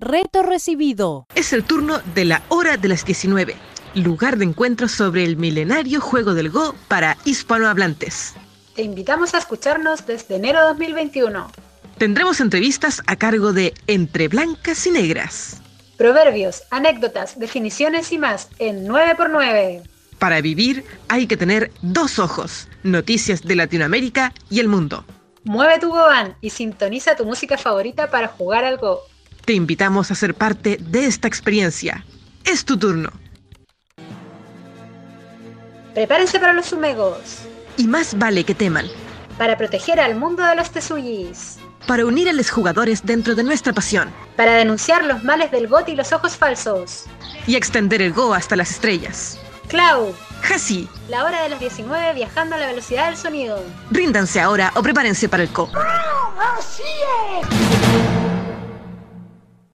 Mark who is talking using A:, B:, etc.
A: Reto recibido.
B: Es el turno de la hora de las 19, lugar de encuentro sobre el milenario juego del Go para hispanohablantes.
C: Te invitamos a escucharnos desde enero 2021.
B: Tendremos entrevistas a cargo de Entre Blancas y Negras,
C: Proverbios, anécdotas, definiciones y más en 9x9.
B: Para vivir hay que tener dos ojos. Noticias de Latinoamérica y el mundo.
C: Mueve tu Goban y sintoniza tu música favorita para jugar al Go.
B: Te invitamos a ser parte de esta experiencia. Es tu turno.
C: Prepárense para los sumegos,
B: Y más vale que teman.
C: para proteger al mundo de los tesuyis,
B: Para unir a los jugadores dentro de nuestra pasión
C: para denunciar los males del GOT y los ojos falsos.
B: y extender el Go hasta las estrellas.
C: Clau,
B: Así,
C: la hora de las 19 viajando a la velocidad del sonido.
B: ríndanse ahora o prepárense para el Co.